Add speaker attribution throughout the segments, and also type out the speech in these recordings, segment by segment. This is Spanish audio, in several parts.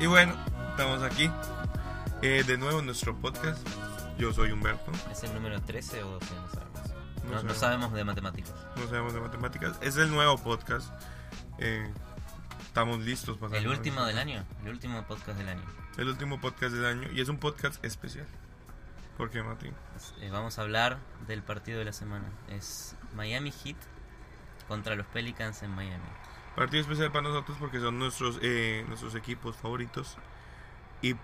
Speaker 1: Y bueno, estamos aquí eh, de nuevo en nuestro podcast. Yo soy Humberto,
Speaker 2: ¿Es el número 13 o 12? No sabemos.
Speaker 1: No
Speaker 2: No, no
Speaker 1: sabemos.
Speaker 2: sabemos de matemáticas.
Speaker 1: no sabemos de matemáticas. Es el nuevo podcast. eh, estamos listos para
Speaker 2: El
Speaker 1: hacerlo.
Speaker 2: último del año. El último podcast del año.
Speaker 1: El último podcast del año y es un podcast especial. ¿Por qué, Martín?
Speaker 2: Eh, vamos a hablar del partido de la semana. Es Miami Heat contra los Pelicans en Miami.
Speaker 1: Partido especial para nosotros porque son nuestros, eh, nuestros equipos favoritos. Y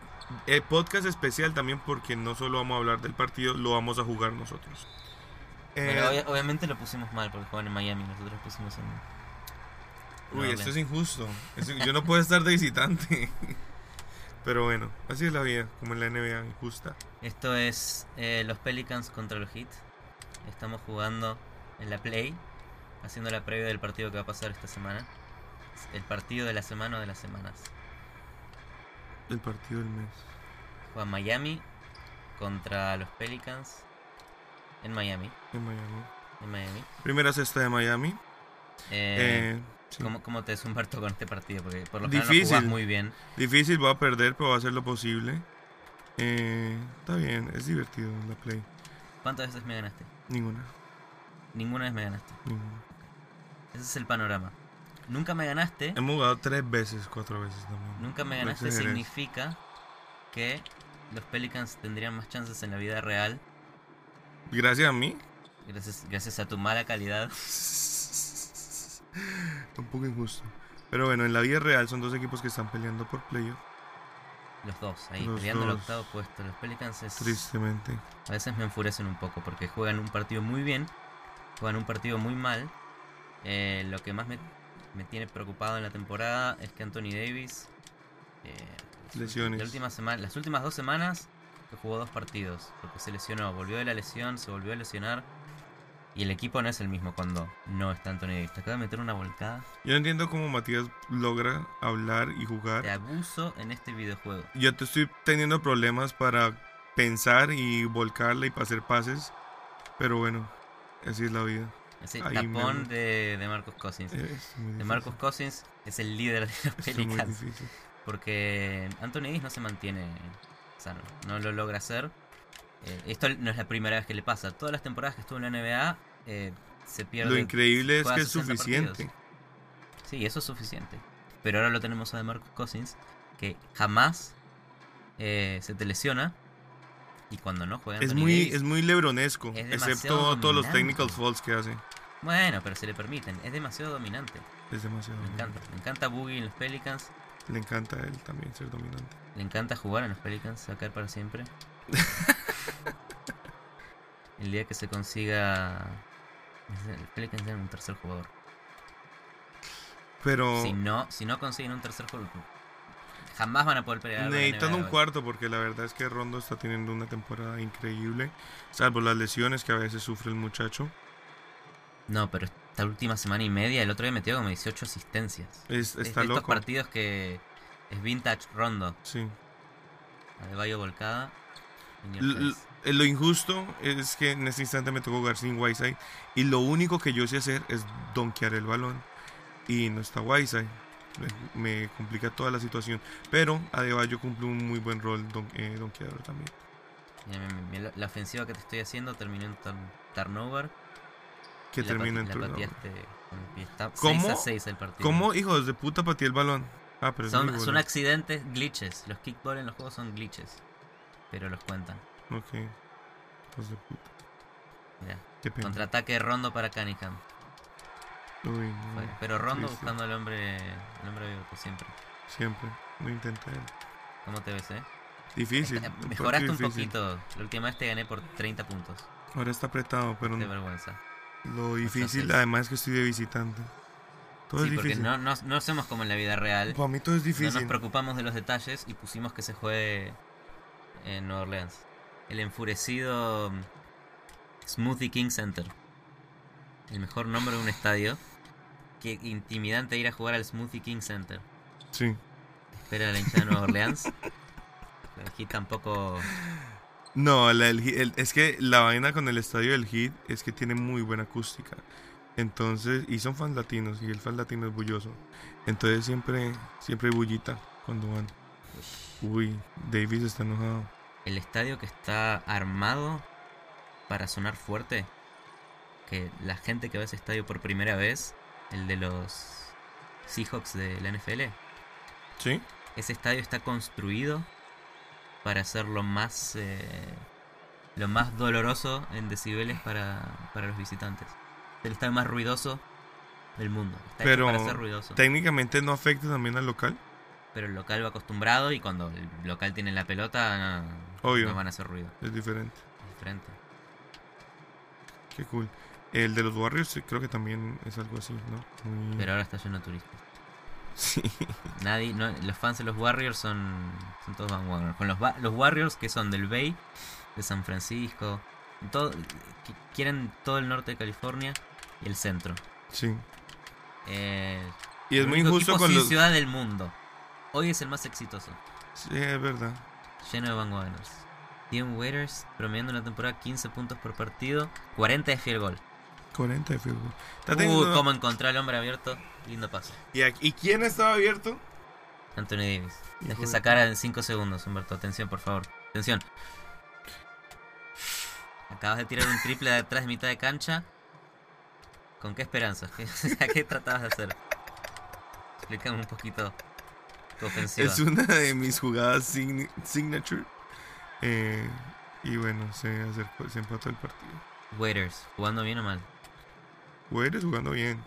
Speaker 1: el podcast especial también porque no solo vamos a hablar del partido, lo vamos a jugar nosotros. Eh,
Speaker 2: Bueno, obvia- obviamente lo pusimos mal porque juegan en Miami. Nosotros pusimos en.
Speaker 1: uy,
Speaker 2: no,
Speaker 1: esto
Speaker 2: bien.
Speaker 1: es injusto. Es- yo no puedo estar de visitante. Pero bueno, así es la vida, como en la NBA, injusta.
Speaker 2: Esto es eh, los Pelicans contra los Heat. Estamos jugando en la Play, haciendo la previa del partido que va a pasar esta semana. Es El partido de la semana o de las semanas.
Speaker 1: El partido del mes.
Speaker 2: Juega Miami contra los Pelicans en Miami.
Speaker 1: En Miami.
Speaker 2: En Miami.
Speaker 1: Primera cesta de Miami.
Speaker 2: Eh,
Speaker 1: Eh, sí.
Speaker 2: ¿cómo, cómo te sumerto con este partido? Porque por lo general no
Speaker 1: Difícil.
Speaker 2: jugás muy bien.
Speaker 1: Difícil, va a perder, pero va a hacer lo posible. Eh, está bien, es divertido la play.
Speaker 2: ¿Cuántas veces me ganaste?
Speaker 1: Ninguna,
Speaker 2: Ninguna vez me ganaste.
Speaker 1: ninguna.
Speaker 2: Ese es el panorama. Nunca me ganaste.
Speaker 1: Hemos jugado tres veces, cuatro veces también.
Speaker 2: Nunca me
Speaker 1: Em, No
Speaker 2: ganaste
Speaker 1: exageres.
Speaker 2: significa que los Pelicans tendrían más chances en la vida real
Speaker 1: Gracias a mí.
Speaker 2: gracias, gracias a tu mala calidad.
Speaker 1: Un poco injusto. Pero bueno, en la vida real son dos equipos que están peleando por playoff,
Speaker 2: Los dos, ahí
Speaker 1: Los
Speaker 2: peleando el
Speaker 1: dos.
Speaker 2: octavo puesto. Los Pelicans es-
Speaker 1: tristemente.
Speaker 2: a veces me enfurecen un poco porque juegan un partido muy bien, juegan un partido muy mal. Eh, lo que más me, me tiene preocupado en la temporada es que Anthony Davis... eh,
Speaker 1: Lesiones.
Speaker 2: la última semana, las últimas dos semanas que jugó dos partidos, porque se lesionó, volvió de la lesión, se volvió a lesionar. Y el equipo no es el mismo cuando no está Anthony Davis. Te acaba de meter una volcada
Speaker 1: Yo no entiendo cómo Matías logra hablar y
Speaker 2: de
Speaker 1: jugar.
Speaker 2: abuso en este videojuego.
Speaker 1: Yo te estoy teniendo problemas para pensar y volcarla y pa- hacer pases. Pero bueno, así es la vida.
Speaker 2: Ese
Speaker 1: Ay,
Speaker 2: tapón
Speaker 1: no.
Speaker 2: de, de Marcus Cousins.
Speaker 1: Es muy
Speaker 2: De
Speaker 1: difícil.
Speaker 2: Marcus Cousins es el líder de los
Speaker 1: Esto es muy
Speaker 2: Pelicans.
Speaker 1: difícil.
Speaker 2: Porque Anthony Davis no se mantiene sano, no lo logra hacer. Eh, esto no es la primera vez que le pasa. Todas las temporadas que estuvo en la NBA eh, se pierde.
Speaker 1: Lo increíble es
Speaker 2: juega
Speaker 1: que es
Speaker 2: 60
Speaker 1: suficiente.
Speaker 2: Sí, eso es suficiente. Pero ahora lo tenemos a DeMarcus Cousins, que jamás eh, se te lesiona. Y cuando no juega
Speaker 1: Es
Speaker 2: Anthony
Speaker 1: muy,
Speaker 2: Davis-
Speaker 1: es muy lebronesco,
Speaker 2: Es
Speaker 1: excepto
Speaker 2: demasiado
Speaker 1: todos los
Speaker 2: dominante.
Speaker 1: technical faults que hace.
Speaker 2: Bueno, pero se le permiten. Es demasiado dominante.
Speaker 1: Es demasiado.
Speaker 2: Me encanta.
Speaker 1: dominante.
Speaker 2: Me encanta Boogie en los Pelicans.
Speaker 1: Le encanta a él también ser dominante.
Speaker 2: Le encanta jugar en los Pelicans, sacar para siempre. El día que se consiga... El Pelicans tiene un tercer jugador.
Speaker 1: Pero
Speaker 2: Si, no, si no consiguen un tercer jugador, jamás van a poder pelear. algo en la
Speaker 1: necesitan
Speaker 2: NBA
Speaker 1: un
Speaker 2: hoy.
Speaker 1: cuarto porque la verdad es que Rondo está teniendo una temporada increíble, salvo las lesiones que a veces sufre el muchacho.
Speaker 2: No, pero esta última semana y media, el otro día metió como 18 asistencias.
Speaker 1: Es-
Speaker 2: Es de
Speaker 1: está
Speaker 2: estos
Speaker 1: loco.
Speaker 2: partidos que es vintage rondo.
Speaker 1: Sí.
Speaker 2: Adebayo volcada. y New
Speaker 1: L-
Speaker 2: Orleans.
Speaker 1: l- lo injusto es que en este instante me tocó jugar sin Whiteside y lo único que yo sé hacer es donkear el balón y no está Whiteside. Me, me complica toda la situación, pero Adebayo cumple un muy buen rol don, eh, donkeador también.
Speaker 2: Mira, mira, mira, la- La ofensiva que te estoy haciendo terminó en turn- turnover.
Speaker 1: Que
Speaker 2: La
Speaker 1: termina en
Speaker 2: pati- la
Speaker 1: turno.
Speaker 2: pateaste con el pie. Está
Speaker 1: ¿Cómo?
Speaker 2: 6 a 6 el partido.
Speaker 1: ¿Cómo, hijos de puta, pateé el balón? Ah, pero es mi
Speaker 2: Son,
Speaker 1: bola.
Speaker 2: son accidentes, glitches. Los kickball en los juegos son glitches. Pero los cuentan.
Speaker 1: Ok. Hijos de puta.
Speaker 2: Mira,
Speaker 1: Qué pena.
Speaker 2: contraataque de Rondo para Cunningham.
Speaker 1: Uy, no,
Speaker 2: Fue- Pero Rondo
Speaker 1: triste.
Speaker 2: buscando al hombre, el hombre abierto siempre.
Speaker 1: Siempre. Lo intenté.
Speaker 2: ¿Cómo te ves, eh?
Speaker 1: Difícil.
Speaker 2: Está-
Speaker 1: un
Speaker 2: mejoraste
Speaker 1: partido
Speaker 2: un
Speaker 1: difícil.
Speaker 2: poquito. La última vez te gané por 30 puntos.
Speaker 1: Ahora está apretado, pero
Speaker 2: Qué
Speaker 1: no-
Speaker 2: vergüenza.
Speaker 1: lo difícil,
Speaker 2: seis.
Speaker 1: además, es que estoy de visitante. Todo
Speaker 2: Sí,
Speaker 1: es
Speaker 2: porque
Speaker 1: difícil.
Speaker 2: no, no, no somos como en la vida real.
Speaker 1: Para mí todo es
Speaker 2: No nos
Speaker 1: difícil.
Speaker 2: preocupamos de los detalles y pusimos que se juegue en Nueva Orleans. El enfurecido mm, Smoothie King Center. El mejor nombre de un estadio. Qué intimidante ir a jugar al Smoothie King Center.
Speaker 1: Sí.
Speaker 2: Pero la hinchada de Nueva Orleans. El Heat tampoco.
Speaker 1: No, la del Heat- el- es que la vaina con el estadio del Heat es que tiene muy buena acústica. Entonces, y son fans latinos, y el fan latino es bulloso. Entonces siempre, siempre hay bullita cuando van. Uy, Davis está enojado.
Speaker 2: El estadio que está armado para sonar fuerte. Que la gente que ve ese estadio por primera vez, el de los Seahawks de la NFL,
Speaker 1: ¿Sí?
Speaker 2: ese estadio está construido para ser lo más eh, lo más doloroso en decibeles para, para los visitantes. El estadio más ruidoso del mundo. Está hecho
Speaker 1: Pero
Speaker 2: para ser ruidoso.
Speaker 1: Técnicamente no afecta también al local.
Speaker 2: Pero el local va acostumbrado y cuando el local tiene la pelota no,
Speaker 1: Obvio.
Speaker 2: no van a hacer ruido.
Speaker 1: Es diferente.
Speaker 2: Es diferente.
Speaker 1: Qué cool. El de los Warriors sí, creo que también es algo así, ¿no? Muy-
Speaker 2: Pero ahora está lleno de turistas.
Speaker 1: Sí.
Speaker 2: Nadie, no, los fans de los Warriors son, son todos Van Warriors. Con los, va- los Warriors que son del Bay, de San Francisco, todo, qui- quieren todo el norte de California y el centro.
Speaker 1: Sí.
Speaker 2: Eh,
Speaker 1: Y es
Speaker 2: el
Speaker 1: muy
Speaker 2: único
Speaker 1: injusto
Speaker 2: equipo
Speaker 1: con
Speaker 2: sin
Speaker 1: los...
Speaker 2: ciudad del mundo. Hoy es el más exitoso,
Speaker 1: Sí, es verdad.
Speaker 2: lleno de Van Warriors. Dion Waiters promediando en la temporada 15 puntos por partido, 40 de field goal.
Speaker 1: 40 de fútbol. Está
Speaker 2: Uh,
Speaker 1: teniendo-
Speaker 2: cómo encontrar al hombre abierto, lindo paso.
Speaker 1: ¿Y, aquí- ¿Y quién estaba abierto?
Speaker 2: Anthony Davis. Tienes
Speaker 1: Hijo
Speaker 2: que
Speaker 1: de
Speaker 2: sacar
Speaker 1: puta.
Speaker 2: en 5 segundos, Humberto. Atención, por favor. Atención. Acabas de tirar un triple de atrás de mitad de cancha. ¿Con qué esperanzas? ¿Qué, o sea, ¿qué tratabas de hacer? Explícame un poquito tu ofensiva.
Speaker 1: Es una de mis jugadas sign- signature. Eh, y bueno, se acercó, se empató el partido.
Speaker 2: Waiters, ¿jugando bien o mal?
Speaker 1: Waiters jugando bien.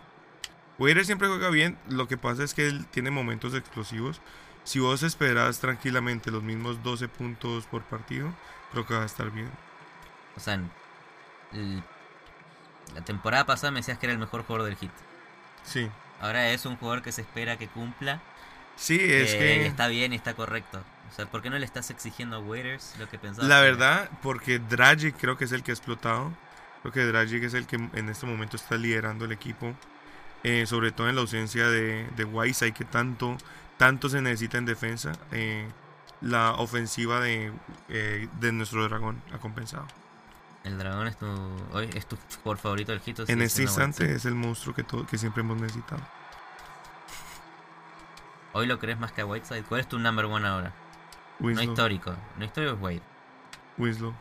Speaker 1: Waiters siempre juega bien. Lo que pasa es que él tiene momentos explosivos. Si vos esperas tranquilamente los mismos 12 puntos por partido, creo que va a estar bien.
Speaker 2: O sea, en- el- la temporada pasada me decías que era el mejor jugador del hit.
Speaker 1: Sí.
Speaker 2: Ahora es un jugador que se espera que cumpla
Speaker 1: Sí, es
Speaker 2: Eh,
Speaker 1: que...
Speaker 2: está bien y está correcto. O sea, ¿por qué no le estás exigiendo a Waiters lo que pensaba?
Speaker 1: La verdad, porque Dragic creo que es el que ha explotado. Creo que Dragic es el que en este momento está liderando el equipo. eh, sobre todo en la ausencia de, de Whiteside, que tanto, tanto se necesita en defensa. eh, la ofensiva de, eh, de nuestro dragón ha compensado.
Speaker 2: El dragón es tu, hoy es tu jugador favorito del Hito.
Speaker 1: en este instante es el monstruo que, todo, que siempre hemos necesitado.
Speaker 2: Hoy lo crees más que a Whiteside. ¿Cuál es tu number one ahora? No
Speaker 1: Winslow.
Speaker 2: histórico. No histórico es Wade.
Speaker 1: Winslow.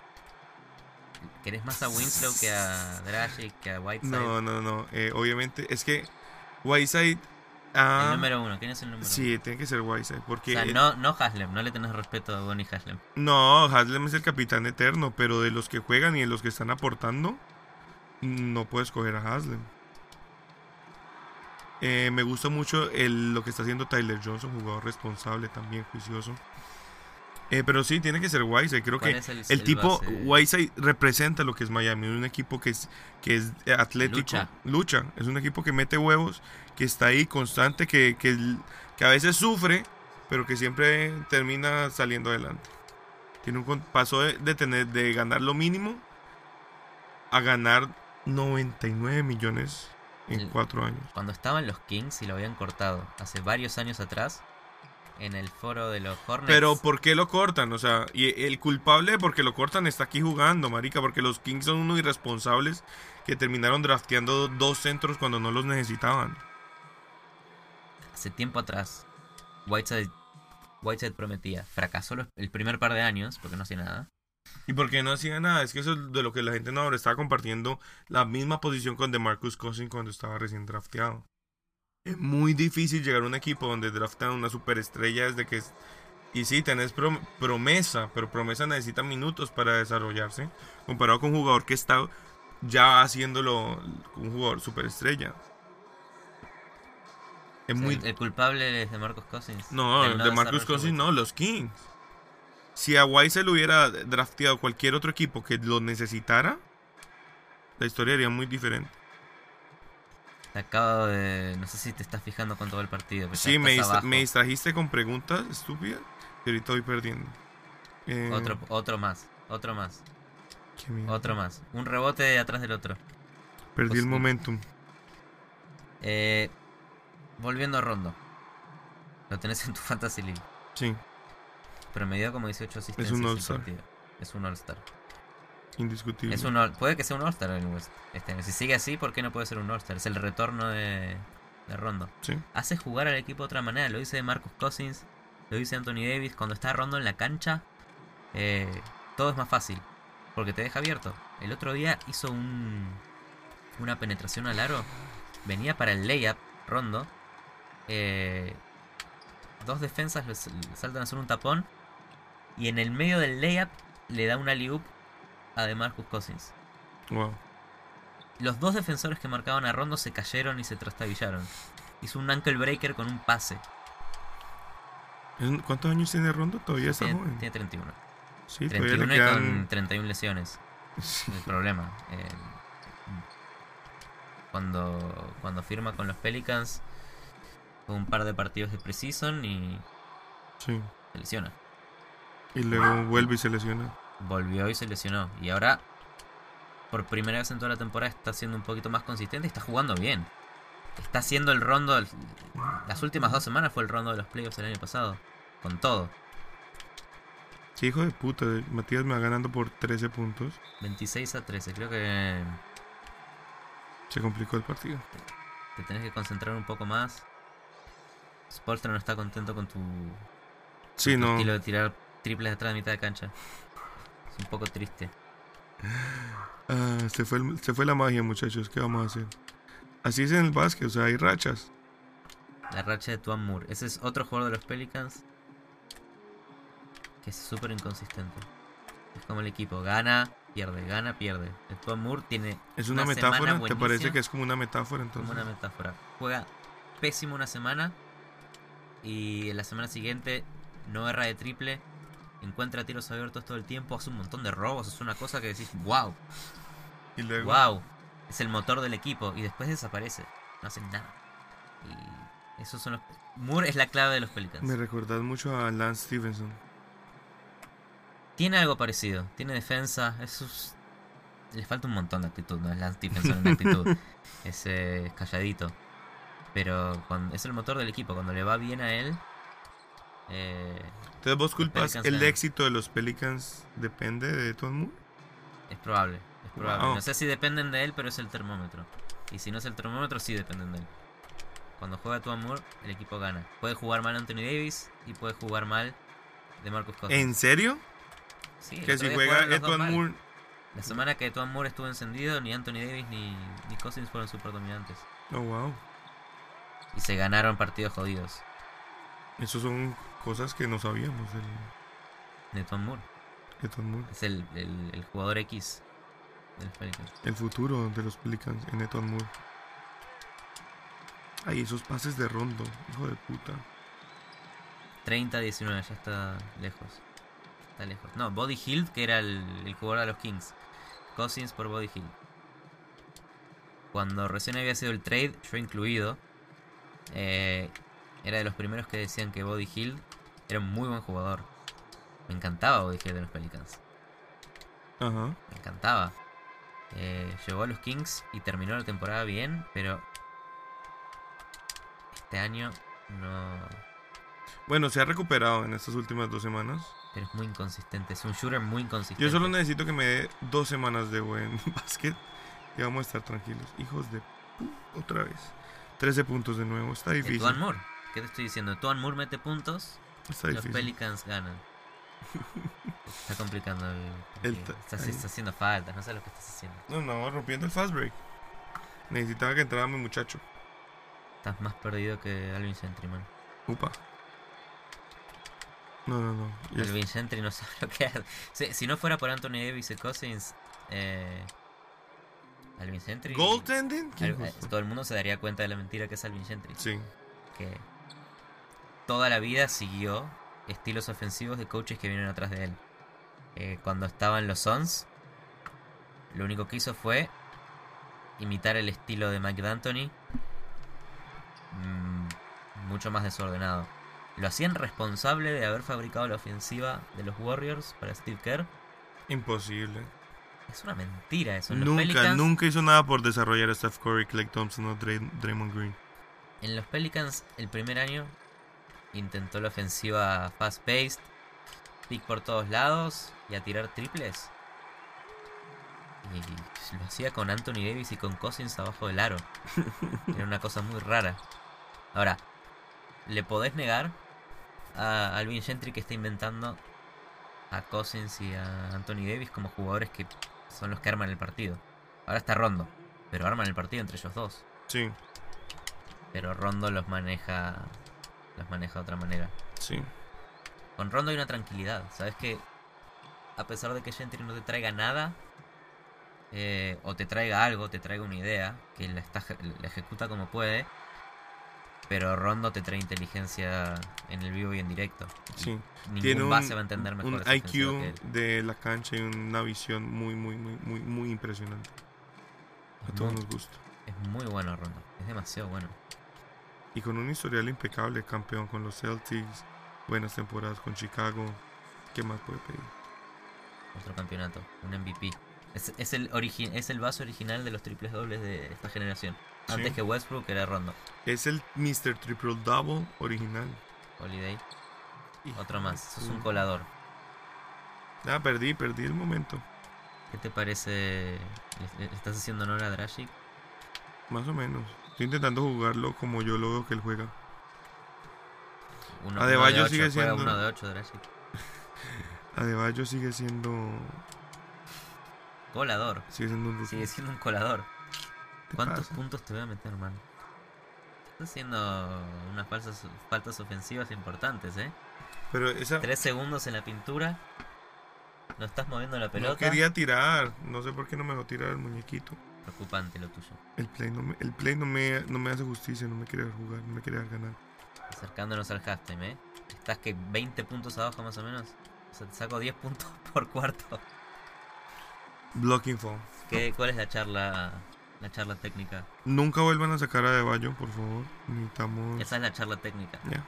Speaker 2: ¿Querés más a Winslow que a Dragic, que a Whiteside?
Speaker 1: No, no, no. eh, obviamente, es que Whiteside.
Speaker 2: El
Speaker 1: ah,
Speaker 2: número uno. ¿Quién es el número uno?
Speaker 1: sí, tiene que ser Whiteside. Porque
Speaker 2: O sea,
Speaker 1: eh,
Speaker 2: no, no Haslem. No le tenés respeto a Bonnie Haslem.
Speaker 1: No, Haslem es el capitán eterno, pero de los que juegan y de los que están aportando, no puedes coger a Haslem. Eh, me gusta mucho el- lo que está haciendo Tyler Johnson, jugador responsable también, juicioso. Eh, pero sí, tiene que ser Wise. Creo
Speaker 2: ¿Cuál
Speaker 1: que
Speaker 2: es
Speaker 1: el tipo
Speaker 2: base?
Speaker 1: Whiteside representa lo que es Miami, un equipo que es, que es eh, atlético,
Speaker 2: Lucha.
Speaker 1: lucha. es un equipo que mete huevos, que está ahí constante, que, que, l- que a veces sufre, pero que siempre termina saliendo adelante. Tiene un con- pasó de, de tener de ganar lo mínimo a ganar 99 millones en
Speaker 2: El-
Speaker 1: cuatro años.
Speaker 2: Cuando estaban los Kings y lo habían cortado hace varios años atrás en el foro de los Hornets.
Speaker 1: Pero ¿por qué lo cortan? O sea, y el culpable de por qué lo cortan está aquí jugando, marica, porque los Kings son unos irresponsables que terminaron drafteando dos centros cuando no los necesitaban.
Speaker 2: hace tiempo atrás, Whiteside, Whiteside prometía, fracasó los- el primer par de años porque no hacía nada.
Speaker 1: ¿Y por qué no hacía nada? Es que eso es de lo que la gente no ahora estaba compartiendo la misma posición con DeMarcus Cousins cuando estaba recién drafteado. Es muy difícil llegar a un equipo donde draftan una superestrella desde que es- Y sí, tenés prom- promesa, pero promesa necesita minutos para desarrollarse, comparado con un jugador que está ya haciéndolo un jugador superestrella. Es
Speaker 2: O sea,
Speaker 1: muy
Speaker 2: el, el culpable es de Marcus Cousins.
Speaker 1: no,
Speaker 2: del
Speaker 1: de Marcus
Speaker 2: desarrollo
Speaker 1: Cousins no, los Kings. Si a White se lo hubiera drafteado cualquier otro equipo que lo necesitara, la historia sería muy diferente.
Speaker 2: Te acabo de. No sé si te estás fijando cuánto va el partido. pero ya
Speaker 1: Sí, me,
Speaker 2: estás
Speaker 1: dist-
Speaker 2: Pues abajo.
Speaker 1: me distrajiste con preguntas estúpidas y ahorita voy perdiendo. Eh,
Speaker 2: Otro, otro más, otro más,
Speaker 1: qué mierda.
Speaker 2: otro más. Un rebote de atrás del otro.
Speaker 1: Perdí el
Speaker 2: Hostia.
Speaker 1: momentum.
Speaker 2: Eh, volviendo a Rondo. Lo tenés en tu Fantasy League.
Speaker 1: Sí,
Speaker 2: Promedió como 18 asistencias.
Speaker 1: un
Speaker 2: en
Speaker 1: All-Star.
Speaker 2: partido. Es un All-Star.
Speaker 1: indiscutible.
Speaker 2: Es un All- puede que sea un All-Star el West este año. Si sigue así, ¿por qué no puede ser un All-Star? Es el retorno de, de Rondo.
Speaker 1: Sí.
Speaker 2: Hace jugar al equipo de otra manera. Lo dice Marcus Cousins, lo dice Anthony Davis. Cuando está Rondo en la cancha, eh, todo es más fácil. Porque te deja abierto. El otro día hizo un, una penetración al aro. Venía para el layup, Rondo. Eh, dos defensas le s- le saltan a hacer un tapón. Y en el medio del layup le da una alley-oop a de Marcus Cousins.
Speaker 1: Wow.
Speaker 2: Los dos defensores que marcaban a Rondo se cayeron y se trastabillaron. Hizo un ankle breaker con un pase.
Speaker 1: Es un- ¿Cuántos años tiene Rondo? Todavía está
Speaker 2: Tiene,
Speaker 1: joven.
Speaker 2: tiene 31.
Speaker 1: Sí, todavía le
Speaker 2: 31 y con
Speaker 1: quedan.
Speaker 2: 31 lesiones. El problema. eh, cuando, cuando firma con los Pelicans, Con un par de partidos de preseason y
Speaker 1: Sí.
Speaker 2: se lesiona.
Speaker 1: Y luego vuelve y se lesiona.
Speaker 2: Volvió y se lesionó. Y ahora, por primera vez en toda la temporada, está siendo un poquito más consistente y está jugando bien. Está haciendo el rondo. Las últimas dos semanas fue el rondo de los playoffs el año pasado. Con todo.
Speaker 1: Qué hijo de puta. eh. Matías me va ganando por 13 puntos.
Speaker 2: 26 a 13. Creo que
Speaker 1: Se complicó el partido.
Speaker 2: te tenés que concentrar un poco más. Spolstra no está contento con tu,
Speaker 1: Sí,
Speaker 2: tu
Speaker 1: no.
Speaker 2: estilo de tirar triples atrás de mitad de cancha. Es un poco triste.
Speaker 1: Ah, se, fue el- se fue la magia, muchachos. ¿Qué vamos a hacer? Así es en el básquet. O sea, hay rachas.
Speaker 2: La racha de Tuan Moore. Ese es otro jugador de los Pelicans. Que es súper inconsistente. Es como el equipo. Gana, pierde, gana, pierde. El Tuan Moore tiene
Speaker 1: Es una,
Speaker 2: Una semana
Speaker 1: metáfora. ¿Te parece
Speaker 2: buenísima.
Speaker 1: que es como una metáfora
Speaker 2: como
Speaker 1: entonces?
Speaker 2: una metáfora. Juega pésimo una semana. Y en la semana siguiente no erra de triple. Encuentra tiros abiertos todo el tiempo. Hace un montón de robos. Es una cosa que decís, wow,
Speaker 1: Y luego.
Speaker 2: wow. Es el motor del equipo. Y después desaparece. No hace nada. Y esos son los... Moore es la clave de los Pelicans.
Speaker 1: Me recordás mucho a Lance Stevenson.
Speaker 2: Tiene algo parecido. Tiene defensa. Eso es- Le falta un montón de actitud. No es Lance Stephenson en actitud. es eh, calladito. Pero cuando- es el motor del equipo. Cuando le va bien a él. eh,
Speaker 1: Entonces, vos culpas
Speaker 2: Pelicans
Speaker 1: el
Speaker 2: ganan.
Speaker 1: éxito de los Pelicans depende de Tom Moore.
Speaker 2: es probable. Es probable.
Speaker 1: Wow.
Speaker 2: No sé si dependen de él, pero es el termómetro. Y si no es el termómetro, sí dependen de él. Cuando juega tu amor, el equipo gana. Puede jugar mal Anthony Davis y puede jugar mal de Marcus Cousins.
Speaker 1: ¿En serio?
Speaker 2: Pues Sí, el
Speaker 1: Que
Speaker 2: otro
Speaker 1: si
Speaker 2: día
Speaker 1: juega
Speaker 2: jugaron los dos
Speaker 1: Edward
Speaker 2: mal.
Speaker 1: Moore.
Speaker 2: La semana que Tuan Moore estuvo encendido, ni Anthony Davis ni, ni Cousins fueron super dominantes.
Speaker 1: Oh, wow.
Speaker 2: Y se ganaron partidos jodidos
Speaker 1: Esas son cosas que no sabíamos del-
Speaker 2: de Tuan Moore.
Speaker 1: de Tom Moore.
Speaker 2: Es el, el- el jugador X de los Pelicans.
Speaker 1: El futuro de los Pelicans en Eton Moore. Ay, esos pases de rondo, hijo de puta.
Speaker 2: 30-19, ya está lejos. Está lejos. No, Body Hield, que era el, el jugador de los Kings. Cousins por Body Hield. Cuando recién había sido el trade, yo incluido, eh, era de los primeros que decían que Body Hield era un muy buen jugador. Me encantaba Body Hield en los Pelicans.
Speaker 1: Ajá.
Speaker 2: me encantaba. Eh, llegó a los Kings y terminó la temporada bien, pero este año no.
Speaker 1: Bueno, se ha recuperado en estas últimas dos semanas.
Speaker 2: Pero es muy inconsistente, es un shooter muy inconsistente.
Speaker 1: Yo solo necesito que me dé dos semanas de buen básquet y vamos a estar tranquilos. Hijos de pu- otra vez. 13 puntos de nuevo, está
Speaker 2: Eh,
Speaker 1: difícil.
Speaker 2: Tuan Moore, ¿qué te estoy diciendo? Tuan Moore mete puntos,
Speaker 1: Está
Speaker 2: los
Speaker 1: difícil.
Speaker 2: Pelicans ganan. Está complicando el.
Speaker 1: El ta-
Speaker 2: estás, estás haciendo faltas, no sé lo que estás haciendo.
Speaker 1: No, no, rompiendo el fast break. Necesitaba que entrara mi muchacho.
Speaker 2: Estás más perdido que Alvin Gentry, man.
Speaker 1: Upa. No, no, no. Ya está.
Speaker 2: Alvin Gentry no sabe lo que hace. Si, si no fuera por Anthony Davis y Cousins, eh, Alvin Gentry.
Speaker 1: ¿Goaltending? ¿Qué
Speaker 2: Al-
Speaker 1: hijos?
Speaker 2: eh, todo el mundo se daría cuenta de la mentira que es Alvin Gentry.
Speaker 1: Sí.
Speaker 2: Que toda la vida siguió estilos ofensivos de coaches que vienen atrás de él. Eh, cuando estaba en los Suns, lo único que hizo fue imitar el estilo de Mike D'Antoni. mm, mucho más desordenado. Lo hacían responsable de haber fabricado la ofensiva de los Warriors para Steve Kerr.
Speaker 1: Imposible.
Speaker 2: Es una mentira eso. En los
Speaker 1: Nunca,
Speaker 2: Pelicans-
Speaker 1: nunca hizo nada por desarrollar a Steph Curry, Clay Thompson o Dray- Draymond Green.
Speaker 2: En los Pelicans, el primer año, intentó la ofensiva fast-paced, pick por todos lados y a tirar triples. Y lo hacía con Anthony Davis y con Cousins abajo del aro. Era una cosa muy rara. Ahora, ¿le podés negar a Alvin Gentry que está inventando a Cousins y a Anthony Davis como jugadores que son los que arman el partido? Ahora está Rondo, pero arman el partido entre ellos dos.
Speaker 1: Sí,
Speaker 2: Pero Rondo los maneja. Los maneja de otra manera.
Speaker 1: sí.
Speaker 2: Con Rondo hay una tranquilidad. Sabes que a pesar de que Gentry no te traiga nada, eh, o te traiga algo, te traiga una idea, que la, está, la ejecuta como puede, pero Rondo te trae inteligencia en el vivo y en directo.
Speaker 1: Sí.
Speaker 2: Ningún
Speaker 1: Tiene un,
Speaker 2: base va a entender mejor
Speaker 1: un
Speaker 2: esa ofensiva que él.
Speaker 1: IQ de la cancha y una visión muy, muy, muy, muy, muy impresionante. A
Speaker 2: Es
Speaker 1: todos
Speaker 2: muy,
Speaker 1: nos gusta.
Speaker 2: es muy bueno Rondo, es demasiado bueno.
Speaker 1: Y con un historial impecable, campeón con los Celtics, buenas temporadas con Chicago. ¿Qué más puede pedir?
Speaker 2: Otro campeonato, un MVP. Es, es el origi- es el vaso original de los triples dobles de esta generación.
Speaker 1: Sí.
Speaker 2: Antes que Westbrook era Rondo.
Speaker 1: Es el Mr. Triple Double original.
Speaker 2: Holiday,
Speaker 1: Y-
Speaker 2: otro más. Sos un
Speaker 1: Sí.
Speaker 2: colador.
Speaker 1: Ah, perdí, perdí el momento.
Speaker 2: ¿Qué te parece? ¿Le- le- le ¿Estás haciendo honor a Dragic?
Speaker 1: Más o menos. Estoy intentando jugarlo como yo lo veo que él juega.
Speaker 2: Uno,
Speaker 1: Adebayo
Speaker 2: uno de ocho,
Speaker 1: sigue
Speaker 2: juega
Speaker 1: siendo-
Speaker 2: uno de 8 Dragic.
Speaker 1: Adebayo sigue siendo.
Speaker 2: Colador.
Speaker 1: Sigue siendo un
Speaker 2: Sigue
Speaker 1: rookie.
Speaker 2: siendo un colador.
Speaker 1: ¿Te
Speaker 2: ¿Cuántos
Speaker 1: pasa?
Speaker 2: puntos te voy a meter, hermano? Estás haciendo unas falsas, faltas ofensivas importantes, ¿eh?
Speaker 1: Pero esa.
Speaker 2: Tres segundos en la pintura. No estás moviendo la pelota.
Speaker 1: No quería tirar. No sé por qué no me dejó tirar el muñequito.
Speaker 2: Preocupante lo tuyo.
Speaker 1: El play no me, el play no me, no me hace justicia. No me quiere dejar jugar. No me quiere dejar ganar.
Speaker 2: Acercándonos al halftime, ¿eh? Estás que 20 puntos abajo más o menos. O sea, te saco 10 puntos por cuarto.
Speaker 1: Blocking foul.
Speaker 2: ¿Qué, ¿Cuál es la charla la charla técnica?
Speaker 1: Nunca vuelvan a sacar a Adebayo, por favor. Necesitamos.
Speaker 2: Esa es la charla técnica.
Speaker 1: Ya.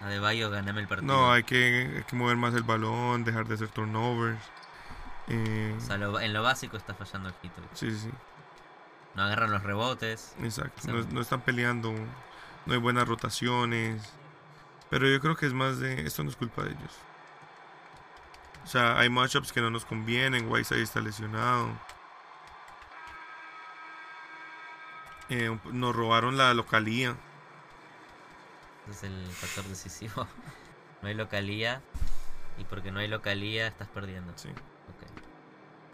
Speaker 2: Adebayo, ganame el partido.
Speaker 1: No, hay que, hay que mover más el balón, dejar de hacer turnovers. Eh,
Speaker 2: O sea, lo- en lo básico está fallando el hito.
Speaker 1: sí, sí, sí,
Speaker 2: No agarran los rebotes.
Speaker 1: exacto.
Speaker 2: Sí.
Speaker 1: No, no están peleando, no hay buenas rotaciones. Pero yo creo que es más de. Esto no es culpa de ellos. O sea, hay matchups que no nos convienen. Whiteside está lesionado. Eh, un- nos robaron la localía.
Speaker 2: Ese es el factor decisivo. No hay localía. Y porque no hay localía, estás perdiendo.
Speaker 1: Sí.
Speaker 2: Ok.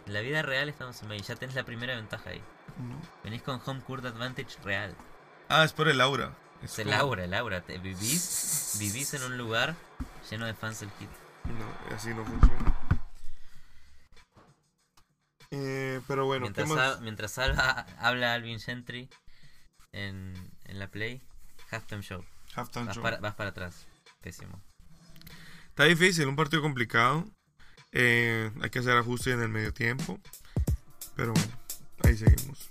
Speaker 2: En la vida real estamos en medio. Ya tenés la primera ventaja ahí. Venís con home court advantage real.
Speaker 1: Ah, es por el aura. Es
Speaker 2: Es el
Speaker 1: como-
Speaker 2: aura, el aura. Te vivís, vivís en un lugar lleno de fans del hit.
Speaker 1: No, así no funciona. Eh, pero bueno, ¿qué
Speaker 2: mientras,
Speaker 1: más?
Speaker 2: Al- mientras Alba- habla Alvin Gentry en, en la play, halftime show.
Speaker 1: Halftime
Speaker 2: Vas
Speaker 1: show.
Speaker 2: para, vas para atrás. Pésimo.
Speaker 1: Está difícil, un partido complicado. Eh, hay que hacer ajustes en el medio tiempo. Pero bueno, ahí seguimos.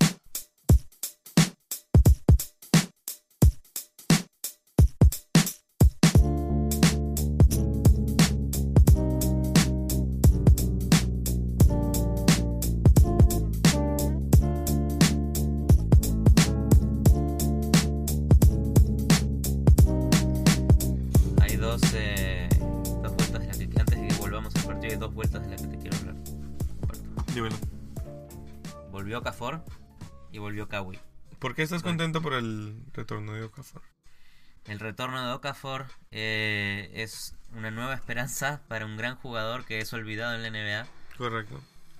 Speaker 2: Hay dos, eh, dos vueltas de las que antes de que volvamos al partido hay dos vueltas de las que te quiero hablar. Corto.
Speaker 1: Dímelo.
Speaker 2: Volvió Cafor y volvió Kawi.
Speaker 1: ¿Por qué estás
Speaker 2: Bueno.
Speaker 1: contento por el retorno de Okafor?
Speaker 2: El retorno de Okafor eh, es una nueva esperanza para un gran jugador que es olvidado en la NBA
Speaker 1: Correcto.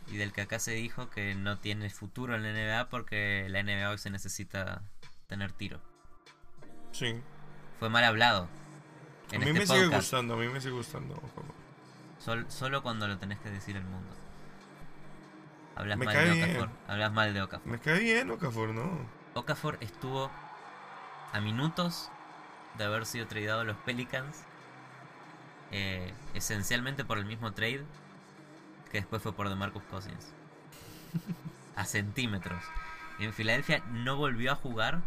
Speaker 2: y del que acá se dijo que no tiene futuro en la NBA porque la NBA hoy se necesita tener tiro.
Speaker 1: Sí.
Speaker 2: Fue mal hablado.
Speaker 1: A
Speaker 2: En
Speaker 1: mí
Speaker 2: este
Speaker 1: me sigue
Speaker 2: podcast.
Speaker 1: gustando, a mí me sigue gustando Okafor.
Speaker 2: Sol- solo cuando lo tenés que decir al mundo. Hablas
Speaker 1: Me
Speaker 2: mal
Speaker 1: cae
Speaker 2: de
Speaker 1: bien.
Speaker 2: Okafor. Hablas mal de Okafor.
Speaker 1: Me cae bien Okafor, ¿no?
Speaker 2: Okafor estuvo a minutos de haber sido tradeado a los Pelicans. eh, esencialmente por el mismo trade que después fue por DeMarcus Cousins. A centímetros. En Filadelfia no volvió a jugar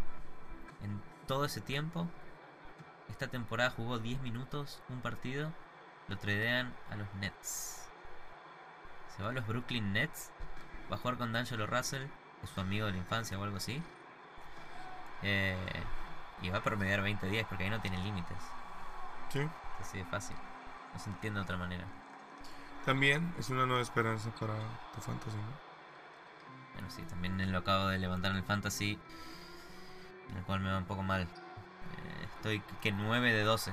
Speaker 2: en todo ese tiempo. Esta temporada jugó 10 minutos, un partido. Lo tradean a los Nets. Se va a los Brooklyn Nets. Va a jugar con D'Angelo Russell, que es su amigo de la infancia o algo así. Eh, Y va a promediar 20 días porque ahí no tiene límites.
Speaker 1: Sí.
Speaker 2: Así de fácil. No se entiende de otra manera.
Speaker 1: También es una nueva esperanza para tu fantasy, ¿no?
Speaker 2: Bueno, sí, también lo acabo de levantar en el fantasy. En el cual me va un poco mal. Eh, estoy que 9 de 12.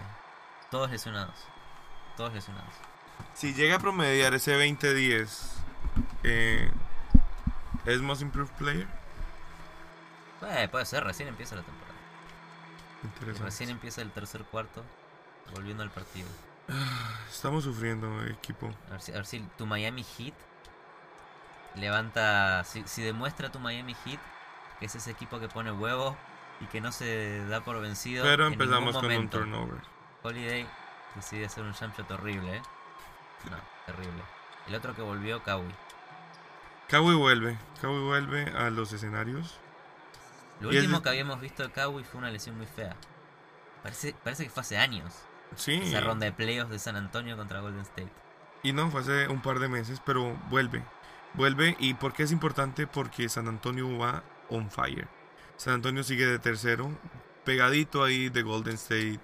Speaker 2: Todos lesionados. Todos lesionados.
Speaker 1: Si llega a promediar ese 20-10, eh, ¿es más Improved Player?
Speaker 2: Eh, puede ser, recién empieza la temporada.
Speaker 1: Interesante.
Speaker 2: Recién empieza el tercer cuarto. Volviendo al partido.
Speaker 1: Estamos sufriendo, equipo.
Speaker 2: A ver si, a ver si tu Miami Heat levanta. Si, si demuestra tu Miami Heat que es ese equipo que pone huevo y que no se da por vencido.
Speaker 1: Pero
Speaker 2: en ningún
Speaker 1: empezamos con un
Speaker 2: momento.
Speaker 1: turnover.
Speaker 2: Holiday decide hacer un jump shot horrible, ¿eh? No, terrible. El otro que volvió, Kawhi.
Speaker 1: Kawhi vuelve. Kawhi vuelve a los escenarios.
Speaker 2: Lo
Speaker 1: Y es
Speaker 2: último
Speaker 1: de-
Speaker 2: que habíamos visto de Kawhi fue una lesión muy fea. Parece, parece que fue hace años.
Speaker 1: Sí.
Speaker 2: Esa ronda de playoffs de San Antonio contra Golden State.
Speaker 1: Y no, fue hace un par de meses, pero vuelve. Vuelve. ¿Y por qué es importante? Porque San Antonio va on fire. San Antonio sigue de tercero, pegadito ahí de Golden State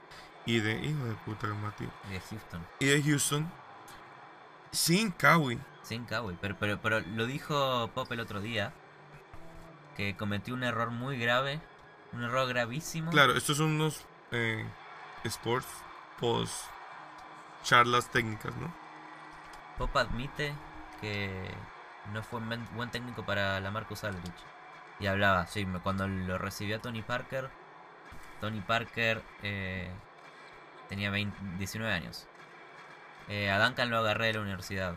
Speaker 1: y de. Hijo de puta, Mati.
Speaker 2: Y de Houston.
Speaker 1: Y de Houston. Sin Kawhi.
Speaker 2: Sin Kawhi. Pero, pero, pero lo dijo Pop el otro día. Que cometió un error muy grave. Un error gravísimo.
Speaker 1: Claro, estos son unos eh, sports post charlas técnicas, ¿no?
Speaker 2: Pop admite que no fue un men- buen técnico para la Marcus Aldridge. Y hablaba, sí, me- cuando lo recibió a Tony Parker, Tony Parker eh, tenía 20 19 años. Eh, a Duncan lo agarré de la universidad.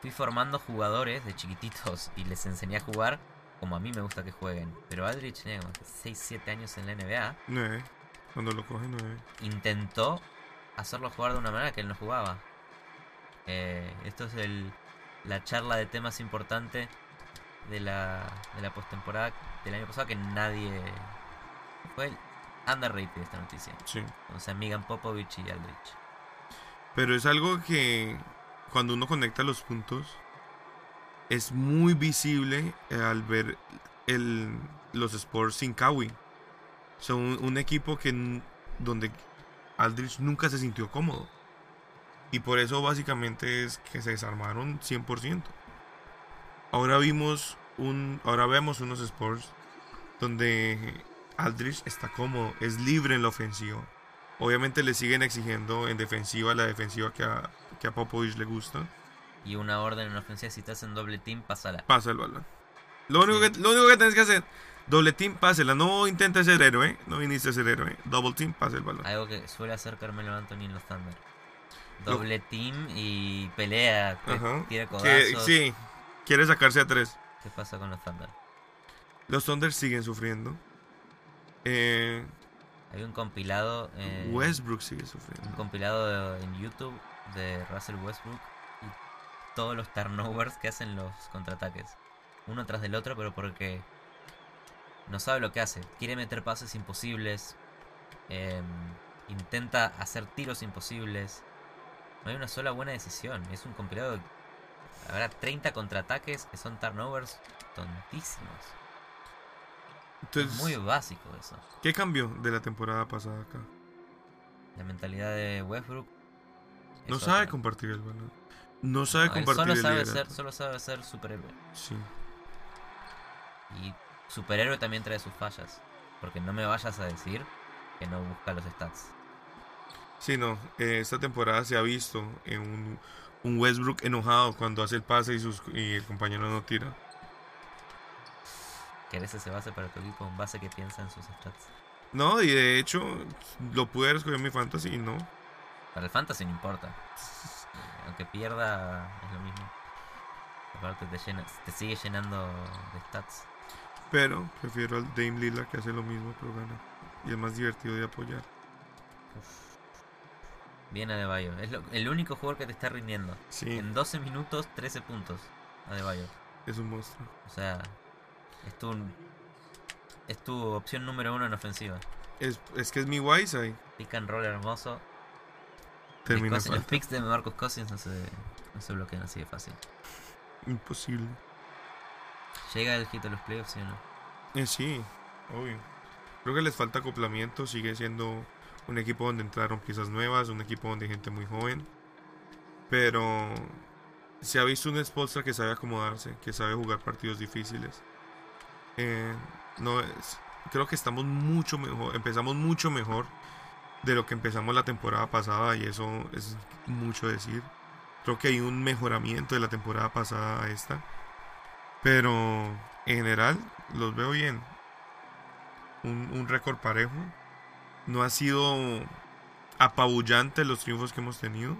Speaker 2: Fui formando jugadores de chiquititos y les enseñé a jugar como a mí me gusta que jueguen. Pero Aldridge tenía como 6-7 años en la NBA.
Speaker 1: Nueve. Cuando lo coge, nueve.
Speaker 2: intentó hacerlo jugar de una manera que él no jugaba. Eh, esto es el, la charla de temas importante de la, de la postemporada del año pasado que nadie. Fue el underrated esta noticia.
Speaker 1: Sí.
Speaker 2: O sea, Megan Popovich y Aldrich.
Speaker 1: Pero es algo que cuando uno conecta los puntos es muy visible eh, al ver el, los Spurs sin Kawhi. Son un, un equipo que n- donde Aldridge nunca se sintió cómodo. Y por eso básicamente es que se desarmaron 100%. Ahora vimos un ahora vemos unos Spurs donde Aldridge está cómodo, es libre en la ofensiva. Obviamente le siguen exigiendo en defensiva la defensiva que a, que a Popovich le gusta.
Speaker 2: Y una orden en ofensiva, si estás en doble team, pásala.
Speaker 1: Pasa el balón. Lo único, que, lo único que tenés que hacer, doble team, pásela. No intentes ser héroe, no viniste a ser héroe. Double team, pasa el balón.
Speaker 2: Algo que suele hacer Carmelo Anthony en los Thunder. Doble team y pelea, te
Speaker 1: Ajá.
Speaker 2: tira
Speaker 1: Que,
Speaker 2: codazos.
Speaker 1: sí, quiere sacarse a tres.
Speaker 2: ¿Qué pasa con los Thunder?
Speaker 1: Los Thunder siguen sufriendo. Eh,
Speaker 2: Hay un compilado. eh,
Speaker 1: Westbrook sigue
Speaker 2: un
Speaker 1: sufriendo.
Speaker 2: compilado en YouTube de Russell Westbrook y todos los turnovers que hacen los contraataques. Uno tras del otro, pero porque no sabe lo que hace. Quiere meter pases imposibles. em, intenta hacer tiros imposibles. No hay una sola buena decisión. Es un compilado de... Habrá 30 contraataques que son turnovers tontísimos. Es
Speaker 1: Entonces,
Speaker 2: muy básico eso.
Speaker 1: ¿qué cambió de la temporada pasada acá?
Speaker 2: La mentalidad de Westbrook. es
Speaker 1: No sabe
Speaker 2: otra.
Speaker 1: compartir el balón. No sabe
Speaker 2: No, él
Speaker 1: compartir el
Speaker 2: solo sabe
Speaker 1: liderazgo.
Speaker 2: ser, solo sabe ser superhéroe.
Speaker 1: Sí.
Speaker 2: Y superhéroe también trae sus fallas. Porque no me vayas a decir que no busca los stats.
Speaker 1: Sí, no, eh, esta temporada se ha visto en un, un Westbrook enojado cuando hace el pase y, sus, y el compañero no tira.
Speaker 2: ¿Querés ese base para tu equipo? Un base que piensa en sus stats.
Speaker 1: No, y de hecho lo pude haber escogido en mi fantasy y no.
Speaker 2: Para el fantasy no importa. Eh, Aunque pierda es lo mismo. Aparte te, llena- te sigue llenando de stats.
Speaker 1: Pero prefiero al Dame Lila que hace lo mismo pero gana. Y es más divertido de apoyar.
Speaker 2: Bien Adebayo. Es lo- el único jugador que te está rindiendo.
Speaker 1: Sí,
Speaker 2: En 12 minutos, 13 puntos. Adebayo.
Speaker 1: es un monstruo.
Speaker 2: O sea, es tu, es tu opción número uno en ofensiva.
Speaker 1: Es, es que es mi Wiseye.
Speaker 2: Pick and roll hermoso.
Speaker 1: Termina
Speaker 2: Mis Cousins- los
Speaker 1: falta.
Speaker 2: picks de Marcus Cousins no se, no se bloquean así de fácil.
Speaker 1: Imposible.
Speaker 2: ¿Llega el hit a los playoffs sí o no?
Speaker 1: Eh, sí, obvio. Creo que les falta acoplamiento, sigue siendo un equipo donde entraron piezas nuevas, un equipo donde hay gente muy joven. Pero se ha visto un Spolstra que sabe acomodarse, que sabe jugar partidos difíciles. Eh, no es, creo que estamos mucho mejor, empezamos mucho mejor de lo que empezamos la temporada pasada y eso es mucho decir. Creo que hay un mejoramiento de la temporada pasada a esta. Pero en general los veo bien. Un, un récord parejo. No ha sido apabullante los triunfos que hemos tenido.